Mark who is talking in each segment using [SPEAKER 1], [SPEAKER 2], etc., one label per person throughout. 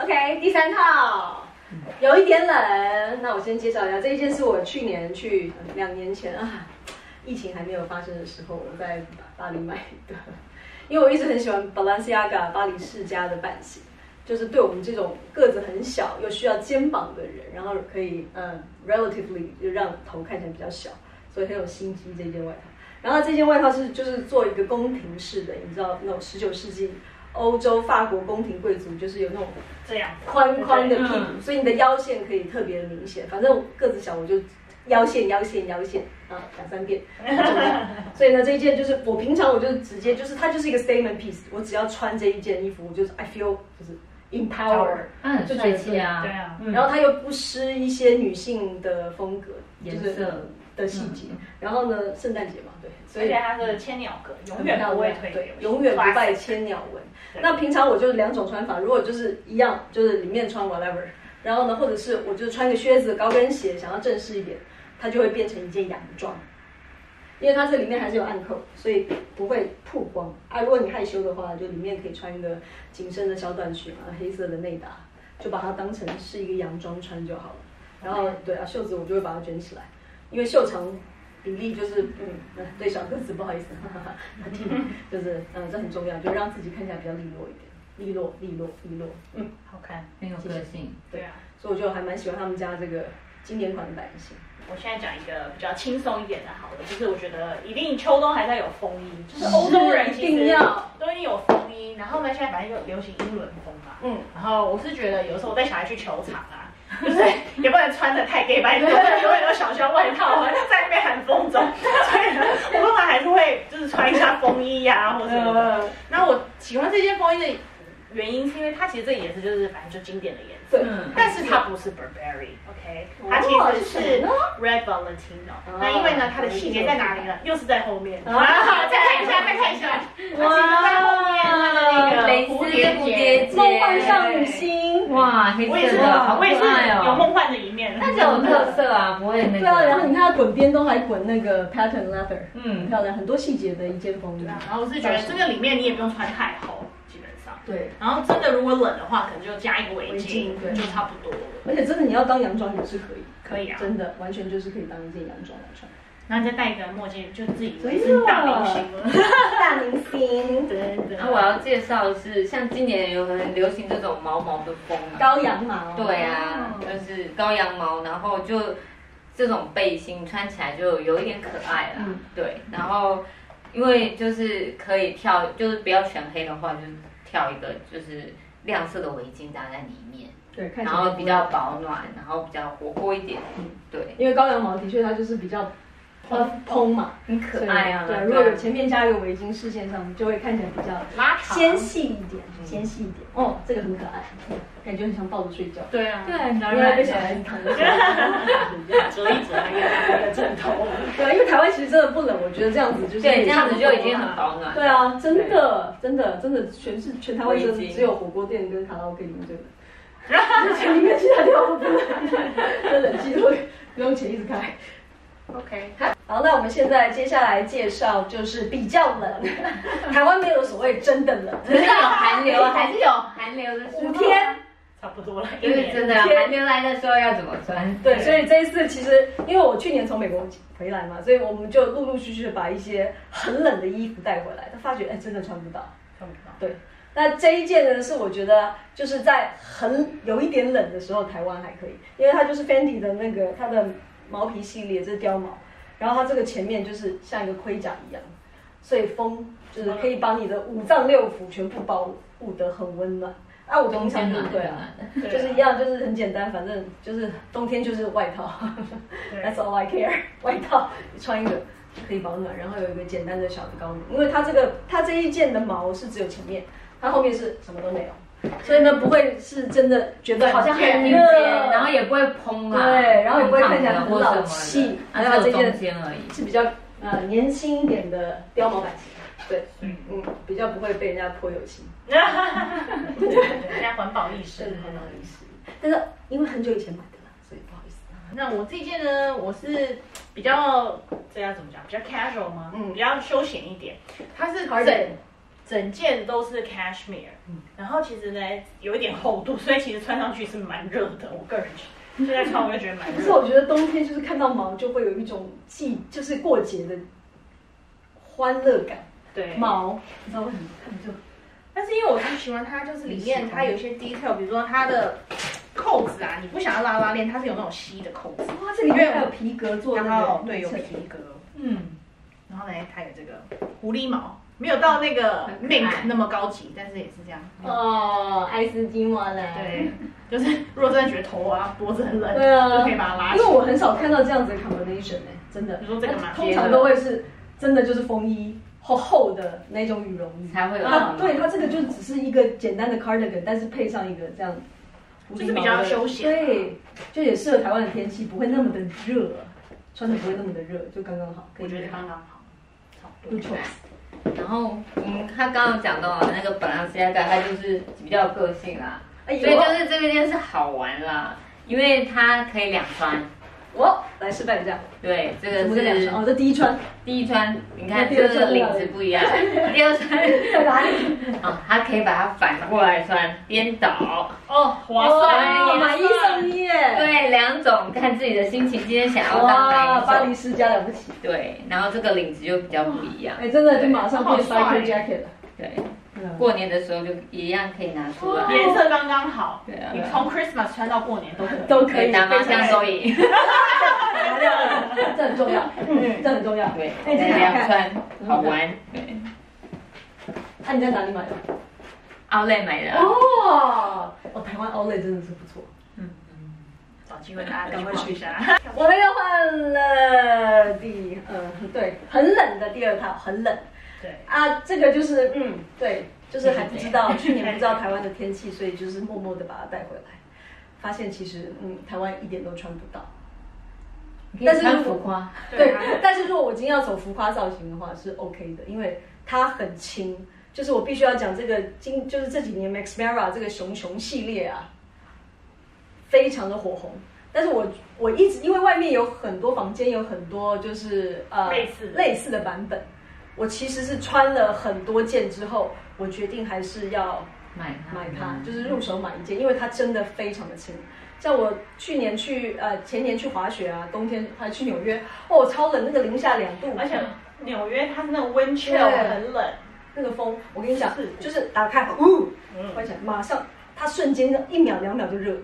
[SPEAKER 1] OK，第三套有一点冷，那我先介绍一下，这一件是我去年去呃两年前啊，疫情还没有发生的时候，我在巴黎买的， 因为我一直很喜欢 Balenciaga 巴黎世家的版型，就是对我们这种个子很小又需要肩膀的人，然后可以嗯 relatively 就让头看起来比较小，所以很有心机这件外套。然后这件外套是就是做一个宫廷式的，你知道那种十九世纪欧洲法国宫廷贵族就是有那种
[SPEAKER 2] 这样
[SPEAKER 1] 宽宽的屁股，
[SPEAKER 2] 嗯
[SPEAKER 1] 所以你的腰线可以特别的明显。反正我个子小，我就腰线腰线腰线啊，讲三遍， 很重要。所以呢，这一件就是我平常我就直接就是它就是一个 statement piece，我只要穿这一件衣服，我就是 I feel 就是 empowered，、
[SPEAKER 3] 他很帅气啊，
[SPEAKER 2] 对啊
[SPEAKER 3] 嗯
[SPEAKER 1] 然后它又不失一些女性的风格，就
[SPEAKER 3] 颜
[SPEAKER 1] 是
[SPEAKER 3] 色
[SPEAKER 1] 的细节。然后呢，圣诞节嘛，对，所
[SPEAKER 2] 嗯而
[SPEAKER 1] 以嗯
[SPEAKER 2] 且它的千鸟格永远不会退
[SPEAKER 1] 对
[SPEAKER 2] 流，，
[SPEAKER 1] 永远不败千鸟纹。
[SPEAKER 2] 对
[SPEAKER 1] 那平常我就是两种穿法，如果就是一样，就是里面穿 whatever，然后呢，或者是我就穿个靴子、高跟鞋，想要正式一点，它就会变成一件洋装，因为它这里面还是有暗扣，所以不会曝光啊。如果你害羞的话，就里面可以穿一个紧身的小短裙啊，黑色的内搭，就把它当成是一个洋装穿就好了。然后对啊，袖子我就会把它卷起来，因为袖长比例就是嗯，呃对小个子不好意思，哈哈 哈，就是嗯、呃这很重要，就让自己看起来比较利落一点，利落利落利落，嗯，
[SPEAKER 2] 好看。
[SPEAKER 3] 很有个性。
[SPEAKER 2] 对啊，
[SPEAKER 1] 所以我就还蛮喜欢他们家这个经典款的版型。
[SPEAKER 2] 我现在讲一个比较轻松一点的，好了，就是我觉得呃一定秋冬还在有风衣，就是欧洲人
[SPEAKER 1] 是
[SPEAKER 2] 其
[SPEAKER 1] 一定
[SPEAKER 2] 实
[SPEAKER 1] 要
[SPEAKER 2] 都已经有风衣，然后呢，现在反正就流行英伦风嘛。
[SPEAKER 1] 嗯，
[SPEAKER 2] 然后我是觉得有时候我带小孩去球场啊， 就是也不能穿的太 gay 白，永远有小胸外套啊，在那边喊风中，所以呢我通常还是会就是穿一下风衣呀、或者什么的。然后我喜欢这件风衣的原因是因为它其实这颜色就是反正就经典的颜色，
[SPEAKER 1] 对，
[SPEAKER 3] 嗯
[SPEAKER 2] 但是它不是 Burberry，OK，、
[SPEAKER 1] 哦
[SPEAKER 2] 它其实
[SPEAKER 1] 是
[SPEAKER 2] 是
[SPEAKER 1] 什么呢
[SPEAKER 2] Red Valentino、
[SPEAKER 1] 哦
[SPEAKER 2] 那因为呢，它的细节在哪里呢？又是在后面。
[SPEAKER 1] 哦
[SPEAKER 2] 啊，再看一下，再看一下。它其实在后面它的那个
[SPEAKER 3] 蕾
[SPEAKER 2] 嗯
[SPEAKER 3] 丝
[SPEAKER 2] 蝴蝶
[SPEAKER 3] 蝴蝶结
[SPEAKER 1] 梦幻少女心。
[SPEAKER 3] 哇，黑
[SPEAKER 2] 我也
[SPEAKER 3] 色
[SPEAKER 2] 是，
[SPEAKER 3] 的，好
[SPEAKER 2] 我
[SPEAKER 3] 可
[SPEAKER 2] 也是
[SPEAKER 3] 爱
[SPEAKER 2] 有
[SPEAKER 3] 哦。
[SPEAKER 2] 梦幻的一面。
[SPEAKER 3] 但是有特色啊，不会那个。
[SPEAKER 1] 对啊，然后你看它滚边都还滚那个 pattern leather，很
[SPEAKER 3] 嗯，
[SPEAKER 1] 漂亮，很多细节的一件风衣
[SPEAKER 2] 对。啊，然后我是觉得这个里面你也不用穿太厚，基本上。
[SPEAKER 1] 对，
[SPEAKER 2] 然后真的如果冷的话，可能就加一个围
[SPEAKER 1] 围
[SPEAKER 2] 巾
[SPEAKER 1] 巾，对
[SPEAKER 2] 就差不多了。
[SPEAKER 1] 而且真的你要当洋装也是可以，
[SPEAKER 2] 可以啊
[SPEAKER 1] 真的完全就是可以当一件洋装来穿。
[SPEAKER 2] 然后你再戴一个墨镜，就自己以为是大明星 了。
[SPEAKER 1] 大明星，
[SPEAKER 2] 真的
[SPEAKER 3] 那我要介绍的是，像今年有很流行这种毛毛的风啊，
[SPEAKER 1] 高羊毛，
[SPEAKER 3] 对啊，就是高羊毛，然后就这种背心穿起来就有一点可爱啦。
[SPEAKER 1] 嗯
[SPEAKER 3] 对，然后因为就是可以跳，就是不要全黑的话，就是跳一个就是亮色的围巾搭在里面，
[SPEAKER 1] 对，看
[SPEAKER 3] 然
[SPEAKER 1] 起来
[SPEAKER 3] 后比较保暖，然后比较活泼一点。对，
[SPEAKER 1] 因为高羊毛的确它就是比较呃蓬嘛，
[SPEAKER 3] 很可爱啊。
[SPEAKER 1] 所以对，如果有前面加一个围巾，视线上就会看起来比较
[SPEAKER 2] 拉长
[SPEAKER 1] 纤细一点，纤细一点。哦，这个很可爱，感觉很想抱着睡觉，
[SPEAKER 2] 对啊，
[SPEAKER 3] 对，当
[SPEAKER 1] 因为被
[SPEAKER 3] 然
[SPEAKER 1] 小孩
[SPEAKER 3] 了
[SPEAKER 1] 子躺着睡觉。
[SPEAKER 2] 折啊一折，越来越枕头。
[SPEAKER 1] 对，因为台湾其实真的不冷，我觉得这样子就是
[SPEAKER 3] 对，这样子就已
[SPEAKER 1] 很
[SPEAKER 3] 经很保暖。
[SPEAKER 1] 对啊，真的，真的，真的，全是全台湾真的
[SPEAKER 3] 围巾
[SPEAKER 1] 只有火锅店跟卡拉 OK 里 面最冷，里面其他地方不冷，这冷气都不用钱一直开。
[SPEAKER 2] OK，
[SPEAKER 1] 好，那我们现在接下来介绍就是比较 冷，台湾没有所谓真的冷，
[SPEAKER 3] 只是有寒流，啊 还是有寒流的时候。
[SPEAKER 1] 五天。
[SPEAKER 2] 差不多了，一
[SPEAKER 3] 就是
[SPEAKER 2] 年
[SPEAKER 3] 真的寒流来的时候要怎么穿？
[SPEAKER 1] 对，所以这一次其实因为我去年从美国回来嘛，所以我们就陆陆续续地把一些很冷的衣服带回来，但发觉哎真的穿不到。
[SPEAKER 2] 看不到
[SPEAKER 1] 对，那这一件呢，是我觉得就是在很有一点冷的时候，台湾还可以，因为它就是 Fendi 的那个它的毛皮系列，这是貂毛，然后它这个前面就是像一个盔甲一样，所以风就是可以把你的五脏六腑全部保护得很温暖。啊，我平常就
[SPEAKER 3] 暖
[SPEAKER 1] 对
[SPEAKER 3] 暖
[SPEAKER 1] 啊，
[SPEAKER 3] 的。
[SPEAKER 2] 对啊
[SPEAKER 1] 就是一样，就是很简单，反正就是冬天就是外套，That's all I care，外 套穿一个可以保暖，然后有一个简单的小的高领，因为它这个它这一件的毛是只有前面，它后面是什么都没有，所以呢不会是真的觉得好像很
[SPEAKER 3] 很凝
[SPEAKER 1] 热，
[SPEAKER 3] 结，然后也不会蓬啊，
[SPEAKER 1] 对然后也不会
[SPEAKER 3] 胖
[SPEAKER 1] 看起来
[SPEAKER 3] 的
[SPEAKER 1] 很
[SPEAKER 3] 或什么
[SPEAKER 1] 老
[SPEAKER 3] 的
[SPEAKER 1] 气
[SPEAKER 3] 它
[SPEAKER 1] 还有
[SPEAKER 3] 只有
[SPEAKER 1] 这件
[SPEAKER 3] 中间而已。
[SPEAKER 1] 是比较呃年轻一点的貂毛版型，对，
[SPEAKER 2] 嗯
[SPEAKER 1] 嗯，比较不会被人家泼油漆，
[SPEAKER 2] 人家环保意 识
[SPEAKER 1] 真的很好意思，
[SPEAKER 2] 嗯
[SPEAKER 1] 但是因为很久以前买的了，所以不好意思。
[SPEAKER 2] 那我这件呢，我是比较这要怎么讲？比较 casual 吗？
[SPEAKER 1] 嗯
[SPEAKER 2] 比较休闲一点。它是
[SPEAKER 1] 好一
[SPEAKER 2] 整
[SPEAKER 1] 点
[SPEAKER 2] 整件都是 cashmere，、然后其实呢有一点厚度，所以其实穿上去是蛮热的。我个人觉 得，现在穿我就觉得蛮
[SPEAKER 1] 可是
[SPEAKER 2] 热的。
[SPEAKER 1] 我觉得冬天就是看到毛就会有一种季，就是过节的欢乐感。
[SPEAKER 2] 对，
[SPEAKER 1] 毛，你知道为什么？看着就
[SPEAKER 2] 但是因为我是喜欢它，就是里
[SPEAKER 1] 你
[SPEAKER 2] 面
[SPEAKER 1] 喜欢
[SPEAKER 2] 它有一些 detail，比如说它的扣子啊，你不想要拉拉链，它是有那种吸的扣子，
[SPEAKER 1] 哇，这里面还有皮革做的，
[SPEAKER 2] 然后对有皮革，
[SPEAKER 1] 嗯，
[SPEAKER 2] 然后呢它有这个狐狸毛，没有到那个
[SPEAKER 3] 很可爱
[SPEAKER 2] mink 那么高级，但是也是这样。
[SPEAKER 1] 哦，爱斯基摩嘞，
[SPEAKER 2] 嗯对，就是如果真的觉得头啊脖子很冷，
[SPEAKER 1] 对啊
[SPEAKER 2] 就可以把它拉
[SPEAKER 1] 因
[SPEAKER 2] 起
[SPEAKER 1] 为
[SPEAKER 2] 来。
[SPEAKER 1] 我很少看到这样子的 combination 哎、真的。
[SPEAKER 2] 你说这个吗
[SPEAKER 1] 通常都会是真的就是风衣厚厚的那种羽绒衣。
[SPEAKER 3] 才会有
[SPEAKER 1] 它啊对它这个就只是一个简单的 cardigan，但是配上一个这样，
[SPEAKER 2] 就是比较休闲啊
[SPEAKER 1] 对，就也适合台湾的天气，不会那么的热，穿的不会那么的热，就刚刚好。可以
[SPEAKER 2] 我觉得刚刚好。
[SPEAKER 1] 不错，
[SPEAKER 3] 然后，嗯，他刚刚有讲到那个本拉斯加盖，他就是比较有个性啦，
[SPEAKER 1] 哎
[SPEAKER 3] 所以就
[SPEAKER 1] 呦，
[SPEAKER 3] 是这个件事好玩啦，因为它可以两穿。
[SPEAKER 1] 我来示范一下，
[SPEAKER 3] 对，这
[SPEAKER 1] 我
[SPEAKER 3] 个
[SPEAKER 1] 们这两
[SPEAKER 3] 是
[SPEAKER 1] 穿，哦，这第一穿
[SPEAKER 3] 第一穿，你看
[SPEAKER 1] 那第
[SPEAKER 3] 这
[SPEAKER 1] 二穿
[SPEAKER 3] 个领子不 一样，第二穿，
[SPEAKER 1] 在哪里？
[SPEAKER 3] 哦，它可以把它反过来穿，颠倒。
[SPEAKER 2] 哦，
[SPEAKER 1] 哇
[SPEAKER 2] 划算，
[SPEAKER 1] 买一送一耶！
[SPEAKER 3] 对，两种看自己的心情，今天想要当哪
[SPEAKER 1] 哇，
[SPEAKER 3] 一
[SPEAKER 1] 巴黎
[SPEAKER 3] 种？
[SPEAKER 1] 世家了不起，
[SPEAKER 3] 对，然后这个领子就比较不一样。
[SPEAKER 1] 哎，真的就马上变
[SPEAKER 2] 好帅
[SPEAKER 1] biker jacket 了。
[SPEAKER 3] 对，
[SPEAKER 1] 对啊
[SPEAKER 3] 过年的时候就一样可以拿出来。啊
[SPEAKER 2] 颜色刚刚好。
[SPEAKER 3] 对啊
[SPEAKER 2] 你从 Christmas 穿到过年 都可以。
[SPEAKER 1] 都
[SPEAKER 3] 可
[SPEAKER 1] 可
[SPEAKER 3] 以
[SPEAKER 1] 以
[SPEAKER 3] 打麻
[SPEAKER 1] 非
[SPEAKER 3] 将
[SPEAKER 1] 常
[SPEAKER 3] 收银，
[SPEAKER 1] 这很重要，嗯，这很重要。
[SPEAKER 3] 对，
[SPEAKER 1] 哎这个好
[SPEAKER 3] 两
[SPEAKER 1] 看
[SPEAKER 3] 穿好玩，对，
[SPEAKER 1] 那你在哪里买的？
[SPEAKER 3] 奥莱买的，啊
[SPEAKER 1] 哦，哦，台湾 Olay 真的是不错。
[SPEAKER 2] 找机会大家赶快去一下。
[SPEAKER 1] 我们又换了第，呃，对，很冷的第二套，很冷
[SPEAKER 2] 对，
[SPEAKER 1] 啊。这个就是，嗯，对，就是还不知道，去年不知道台湾的天气，所以就是默默的把它带回来，发现其实，嗯，台湾一点都穿不到。但是
[SPEAKER 3] 你可以
[SPEAKER 1] 如
[SPEAKER 3] 穿
[SPEAKER 1] 果
[SPEAKER 3] 浮夸，
[SPEAKER 1] 对，但是如果我今天要走浮夸造型的话是 OK 的，因为它很轻。就是我必须要讲这个今就是这几年 Max Mara 这个熊熊系列啊，非常的火红。但是我我一直因为外面有很多房间有很多就是呃
[SPEAKER 2] 类似的
[SPEAKER 1] 类似的版本，我其实是穿了很多件之后，我决定还是要
[SPEAKER 3] 买它
[SPEAKER 1] 买它，就是入手买一件，因为它真的非常的轻。像我去年去呃前年去滑雪啊，冬天还去纽约，哦，超冷，那个零下两度，
[SPEAKER 2] 而且纽约它是那种 wind chill
[SPEAKER 1] 对
[SPEAKER 2] 很冷，
[SPEAKER 1] 那个风，我跟你讲
[SPEAKER 2] 是，
[SPEAKER 1] 就是打开，呜，
[SPEAKER 2] 嗯
[SPEAKER 1] 关起来，马上它瞬间一秒两秒就热了，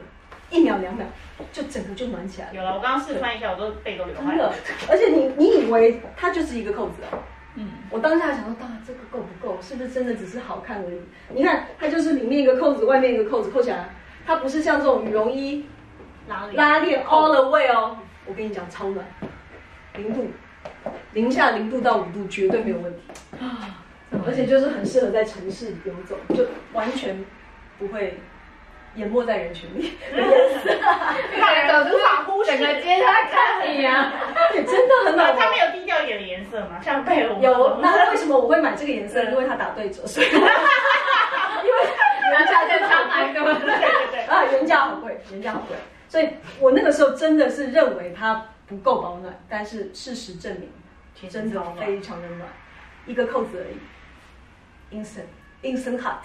[SPEAKER 1] 一秒两秒就整个就暖起来了，
[SPEAKER 2] 有了，我刚刚试穿一下，我都背都流汗
[SPEAKER 1] 真的。而且你你以为它就是一个扣子哦。
[SPEAKER 3] 嗯
[SPEAKER 1] 我当下想说，啊，这个够不够？是不是真的只是好看而已？你看，它就是里面一个扣子，外面一个扣子扣起来，它不是像这种羽绒衣
[SPEAKER 2] 拉链，
[SPEAKER 1] 拉链 all the way 哦。我跟你讲，超暖，零度，零下零度到五度绝对没有问题，啊而且就是很适合在城市游走，就完全不会淹没在人群 里。
[SPEAKER 2] 让人无法忽视。
[SPEAKER 3] 整个街他看你啊，
[SPEAKER 1] 对，真的很暖和。
[SPEAKER 2] 他们有低调一点的颜色吗？像贝龙
[SPEAKER 1] 有，那为什么我会买这个颜
[SPEAKER 3] 嗯
[SPEAKER 1] 色？因为它打对折，所以 因为
[SPEAKER 3] 然后他就差蛮多
[SPEAKER 2] 对
[SPEAKER 3] 的。
[SPEAKER 2] 对对，
[SPEAKER 1] 啊，原价好贵，原价好贵，所以我那个时候真的是认为它不够保暖，但是事实证明，
[SPEAKER 2] 其
[SPEAKER 1] 真的非常的暖，一个扣子而已，instant instant hot。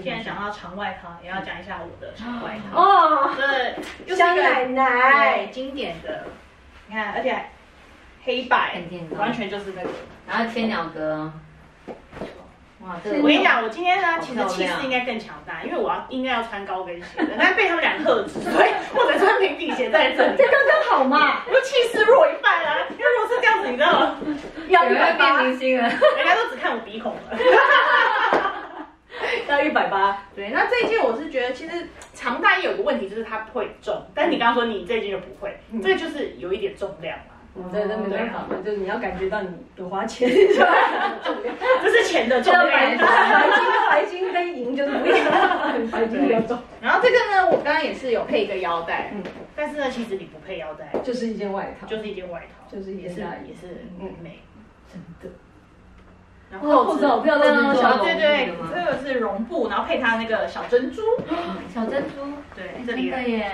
[SPEAKER 2] 既然讲到长外套，也要讲一下我的长外套。
[SPEAKER 1] 哦，
[SPEAKER 2] 嗯这
[SPEAKER 1] 香奶
[SPEAKER 2] 对
[SPEAKER 1] 奶，
[SPEAKER 2] 哎经典的，你看，而且还黑白
[SPEAKER 3] 很健，康
[SPEAKER 2] 完全就是那个。
[SPEAKER 3] 然后千鸟哥，哇，这个
[SPEAKER 2] 我跟你讲，我今天呢
[SPEAKER 3] 好，
[SPEAKER 2] 其
[SPEAKER 3] 漂
[SPEAKER 2] 实
[SPEAKER 3] 亮
[SPEAKER 2] 气势应该更强大，因为我要应该要穿高跟鞋的，但被他们俩喝止，所以我才穿平底鞋
[SPEAKER 3] 哎
[SPEAKER 2] 在这
[SPEAKER 1] 这
[SPEAKER 2] 里。
[SPEAKER 1] 刚刚好嘛，
[SPEAKER 2] 我就气势弱一半啊，因为如果是这样子，你知道吗？
[SPEAKER 1] 要
[SPEAKER 3] 有
[SPEAKER 1] 一
[SPEAKER 3] 没
[SPEAKER 1] 百
[SPEAKER 3] 有啊变
[SPEAKER 1] 八，
[SPEAKER 3] 明星了？
[SPEAKER 2] 人家都只看我鼻孔了。
[SPEAKER 1] 要一百八，
[SPEAKER 2] 对，那这一件我是觉得，其实长大衣有个问题就是它不会重，但你刚刚说你这件就不会，
[SPEAKER 1] 嗯
[SPEAKER 2] 这就是有一点重量嘛，
[SPEAKER 1] 对，那没办法嘛，就是你要感觉到你有花 钱，
[SPEAKER 2] 这是钱的重
[SPEAKER 3] 这 样
[SPEAKER 2] 量
[SPEAKER 3] 买。
[SPEAKER 1] 白金白金跟银就是不一 样，白金比较重，
[SPEAKER 2] 然后这个呢，我刚刚也是有配一个腰带，
[SPEAKER 1] 嗯
[SPEAKER 2] 但是呢，其实你不配腰带，
[SPEAKER 1] 就是一件外套，
[SPEAKER 2] 就是一件外套，
[SPEAKER 1] 就是一
[SPEAKER 2] 也
[SPEAKER 1] 件
[SPEAKER 2] 是
[SPEAKER 1] 大衣
[SPEAKER 2] 也是
[SPEAKER 1] 嗯
[SPEAKER 2] 很美。
[SPEAKER 1] 真的。
[SPEAKER 2] 然
[SPEAKER 1] 哦，裤
[SPEAKER 2] 后扣
[SPEAKER 1] 子
[SPEAKER 2] 子，
[SPEAKER 1] 好漂亮哦，小
[SPEAKER 3] 小
[SPEAKER 2] 哦
[SPEAKER 3] 龙
[SPEAKER 2] 对对
[SPEAKER 3] 布，的吗
[SPEAKER 2] 这个是绒布，然后配它那个小珍珠，嗯
[SPEAKER 3] 小珍珠，
[SPEAKER 2] 对，这
[SPEAKER 3] 真
[SPEAKER 2] 里。啊
[SPEAKER 3] 的耶，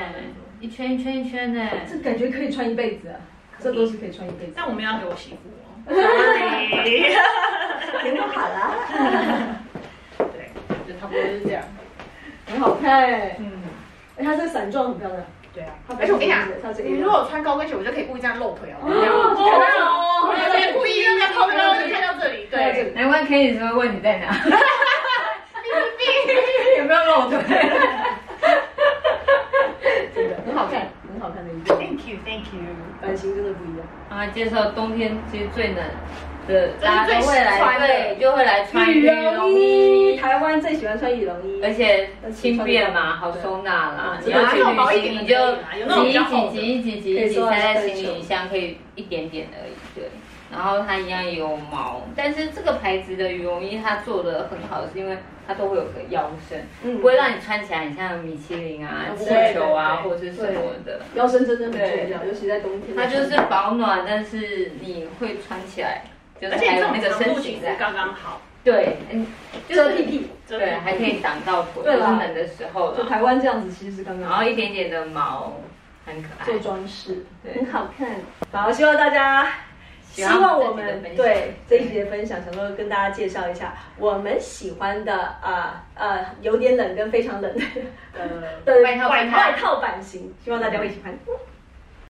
[SPEAKER 3] 一圈一圈一圈的，
[SPEAKER 1] 这感觉可以穿一辈子啊，这都是可以穿一辈子。
[SPEAKER 2] 但我们要给我媳妇哦。Sorry
[SPEAKER 1] 挺好啦，
[SPEAKER 2] 对，就差不多就是这样。
[SPEAKER 1] 很好看哎，
[SPEAKER 2] 嗯，
[SPEAKER 1] 它这个伞状很漂亮，
[SPEAKER 2] 对啊
[SPEAKER 1] 它。不
[SPEAKER 2] 而且我跟你讲
[SPEAKER 1] 是它是，A
[SPEAKER 2] 你如果穿高跟鞋，我就可以故意这样露腿哦。
[SPEAKER 1] 哦
[SPEAKER 2] 我看到
[SPEAKER 3] 哦
[SPEAKER 2] 我就可以故意让它抛开，然后就看到这里。
[SPEAKER 1] 看到这里
[SPEAKER 2] 对，
[SPEAKER 3] 难怪 k e n 说问你在哪，有没有露腿？
[SPEAKER 1] 真的很好看，很好看的衣服，
[SPEAKER 2] Thank you, thank you。
[SPEAKER 1] 版型真的不一样。
[SPEAKER 3] 啊，接受冬天其实最冷的，
[SPEAKER 2] 这是
[SPEAKER 3] 大家都会
[SPEAKER 2] 最喜欢的
[SPEAKER 3] 来，对，就会来穿
[SPEAKER 1] 羽
[SPEAKER 3] 羽
[SPEAKER 1] 绒
[SPEAKER 3] 绒
[SPEAKER 1] 衣，哎
[SPEAKER 3] 衣，
[SPEAKER 1] 台湾最喜欢穿羽绒衣，
[SPEAKER 3] 而且轻便嘛，好收纳啦。
[SPEAKER 1] 对
[SPEAKER 3] 你要去
[SPEAKER 2] 有那种薄一点的
[SPEAKER 3] 旅行，你就
[SPEAKER 2] 有那种比较厚的
[SPEAKER 3] 挤一挤、挤一挤、挤一挤，塞在行李箱，可以一点点而已。对，然后它一样也有毛，但是这个牌子的羽绒衣它做的很好，是因为它都会有个腰身，
[SPEAKER 1] 嗯
[SPEAKER 3] 不会让你穿起来很像米其林啊、气球啊或者是什么的。
[SPEAKER 1] 腰身真的很重要，尤其在冬天。
[SPEAKER 3] 它就是保暖，但是你会穿起来，就是
[SPEAKER 2] 而且
[SPEAKER 3] 还
[SPEAKER 2] 这
[SPEAKER 3] 有
[SPEAKER 2] 种
[SPEAKER 3] 那个
[SPEAKER 2] 长
[SPEAKER 3] 身
[SPEAKER 2] 度
[SPEAKER 3] 形
[SPEAKER 2] 其实
[SPEAKER 3] 在。
[SPEAKER 2] 刚刚好，
[SPEAKER 3] 对，嗯，就
[SPEAKER 1] 遮
[SPEAKER 3] 是
[SPEAKER 1] 屁屁，
[SPEAKER 2] 真的
[SPEAKER 3] 对，还可以挡到腿，就
[SPEAKER 1] 对
[SPEAKER 3] 是
[SPEAKER 1] 啦
[SPEAKER 3] 冷的时候
[SPEAKER 1] 就
[SPEAKER 3] 了。
[SPEAKER 1] 台湾这样子，其实刚刚
[SPEAKER 3] 然后一点点的毛，很可爱。
[SPEAKER 1] 做装饰，
[SPEAKER 3] 对
[SPEAKER 1] 很好看。好，希望大家。希
[SPEAKER 3] 喜欢
[SPEAKER 1] 望
[SPEAKER 3] 我
[SPEAKER 1] 我
[SPEAKER 3] 们
[SPEAKER 1] 们
[SPEAKER 3] 这集的分享
[SPEAKER 1] 对这一集的分享，想说跟大家介绍一下我们喜欢的啊呃有点冷跟非常冷的
[SPEAKER 2] 呃，
[SPEAKER 1] 的
[SPEAKER 3] 外套
[SPEAKER 1] 外
[SPEAKER 3] 外套
[SPEAKER 1] 外套版型，希望大家会喜欢。